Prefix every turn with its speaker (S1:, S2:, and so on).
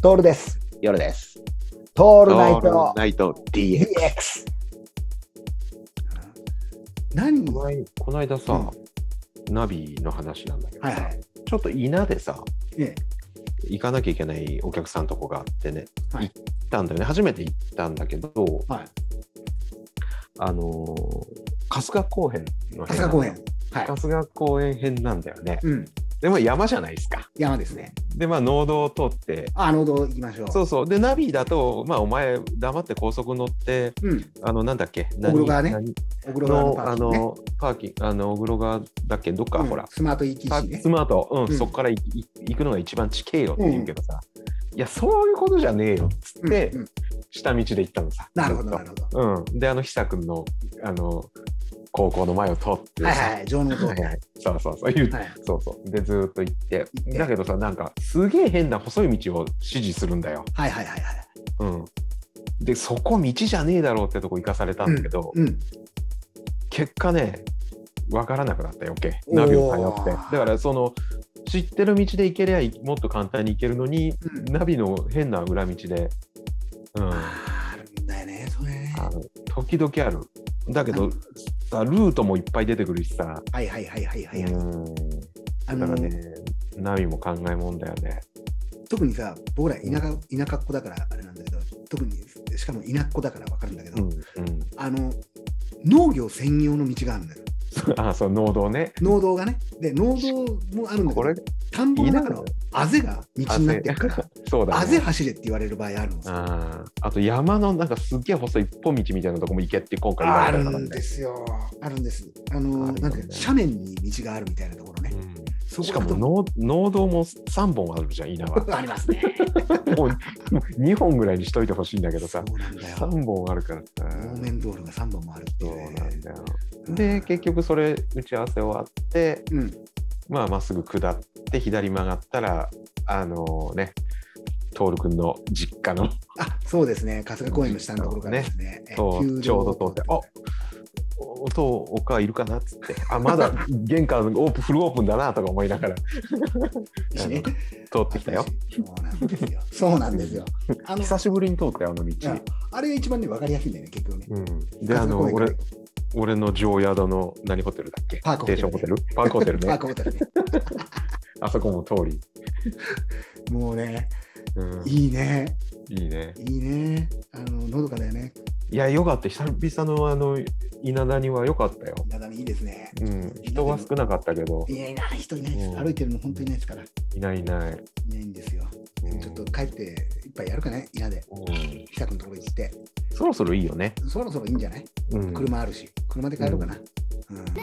S1: トールです。
S2: 夜です。
S1: ト
S2: オ
S1: ールナイト
S2: ナイト DX。
S1: DX。何
S2: この間この間さ、ナビの話なんだけどさ、ちょっと稲でさ、
S1: ええ
S2: 行かなきゃいけないお客さんとこがあってね、
S1: はい
S2: 行ったんだよね。初めて行ったんだけど、
S1: はい
S2: あのー春日公園の
S1: 春日公園。はい
S2: 春日公園編なんだよね。
S1: うん。
S2: でも山じゃないですか。
S1: 山ですね。
S2: で、まあ、農道を通って、
S1: あ、農道行きましょう。
S2: そうそう。で、ナビだと、まあ、お前、黙って高速乗って、
S1: うん。
S2: あの、なんだっけ、
S1: 小黒川ね
S2: 何
S1: 小黒川の
S2: の
S1: パーキ
S2: あ
S1: ングね
S2: のパーキング、あの小黒川だっけ、どっか、
S1: うん
S2: ほら、
S1: スマート ETC ね
S2: ス。マート、う
S1: う
S2: ん
S1: ん
S2: そこからいい行くのが一番近えよって言うけどさ、いや、そういうことじゃねえよっつ
S1: う
S2: っ
S1: ん
S2: て、
S1: うん
S2: 下道で行ったのさ。
S1: なるほど、
S2: ず
S1: な
S2: っ
S1: るほど。
S2: とうん、で、あの、久くんのあの高校の前を通ってさ、
S1: はいはいはい、上納道。は
S2: はい
S1: い。
S2: はいそうそうそう、言うそうそう、で、ずーっと行って、だけどさ、なんか、すげえ変な細い道を指示するんだよ。
S1: はいはいはいはい。
S2: うん、で、そこ道じゃねえだろうってとこ行かされたんだけど、
S1: うん。
S2: 結果ね分からなくなったよけ
S1: おー
S2: ナビを頼ってだからその知ってる道で行けりゃいもっと簡単に行けるのに、
S1: うん
S2: ナビの変な裏道で、うん、あ
S1: あるんだよね、それね。
S2: の時々あるだけどさルートもいっぱい出てくるしさ、
S1: はいはいはいはいはいはい。
S2: うん
S1: あ
S2: だから
S1: の、
S2: ねナビも考えもんだよね
S1: 特にさ、僕ら田舎田舎っ子だからあれなんだけど、特に、しかも田舎っ子だからわかるんだけ
S2: うんう
S1: ど、
S2: ん
S1: あの、農業専用の道があるんだよ。
S2: あそう農道ね
S1: 農道がね。で、農道もあるんだけ
S2: こ
S1: ど
S2: れ、
S1: 田んぼの中のあぜが道になってるから、
S2: そうだ
S1: あぜ
S2: ね
S1: 走れって言われる場合あるんですよ。
S2: ああと山のなんかすっげえ細い一本道みたいなとこも行けって今回言わ
S1: あ
S2: れたから
S1: る
S2: ね
S1: んですよ。あるんです。あ
S2: あ
S1: の、
S2: るよね
S1: なんていうの斜面に道があるみたいなところね。
S2: うん
S1: そこ
S2: しかも農農道も3本あるじゃん、稲は。
S1: のありますね。
S2: もう2本ぐらいにしといてほしいんだけど
S1: そ
S2: さ、
S1: うなんだよ。
S2: 3本あるからさ
S1: 方。面道路が3本もあるってい
S2: そう
S1: う
S2: な
S1: ね。
S2: んだよ。で、結局それ打ち合わせ終わって、
S1: うん。
S2: まあ、まっすぐ下って、左曲がったら、あのね、徹君の実家の、
S1: あそうですね。春日公園の下のところからですね。え
S2: そう
S1: 旧道
S2: ちょうど通って、あおお父、お母いるかなっつって、あ、まだ玄関オープン、フルオープンだなとか思いながら、通
S1: いいしね
S2: ってきたよ。
S1: そうなんですよ。そうなんですよ。あの、
S2: 久しぶりに通ったよ、あの道。
S1: あれが一番ね、分かりやすいんだよね、結局ね。
S2: うん、であの
S1: 春日公園から
S2: 俺俺の常宿の何ホテルだっけ
S1: パークホテル
S2: 定食ホテルパークホテル
S1: パー
S2: ね
S1: クホテルね。
S2: あそこも通り、
S1: もうね、
S2: うん、い
S1: いいね。
S2: いね
S1: いいね。あの、のどかだよね。
S2: いやよかった久々のあの稲谷はよかったよ、
S1: なだいいですね。
S2: うん、人は少なかったけど
S1: いやいない人いないです。
S2: うん
S1: 歩いてるの本当にいないですから。い
S2: いないいない、
S1: ないんですよ。
S2: うん
S1: ちょっと帰っていっぱいやるかね、稲で。
S2: うん
S1: 北くんのところ行って。
S2: そろそろいいよね、
S1: そろそろいいんじゃない
S2: うん、
S1: 車あるし。車で帰ろうかな。うん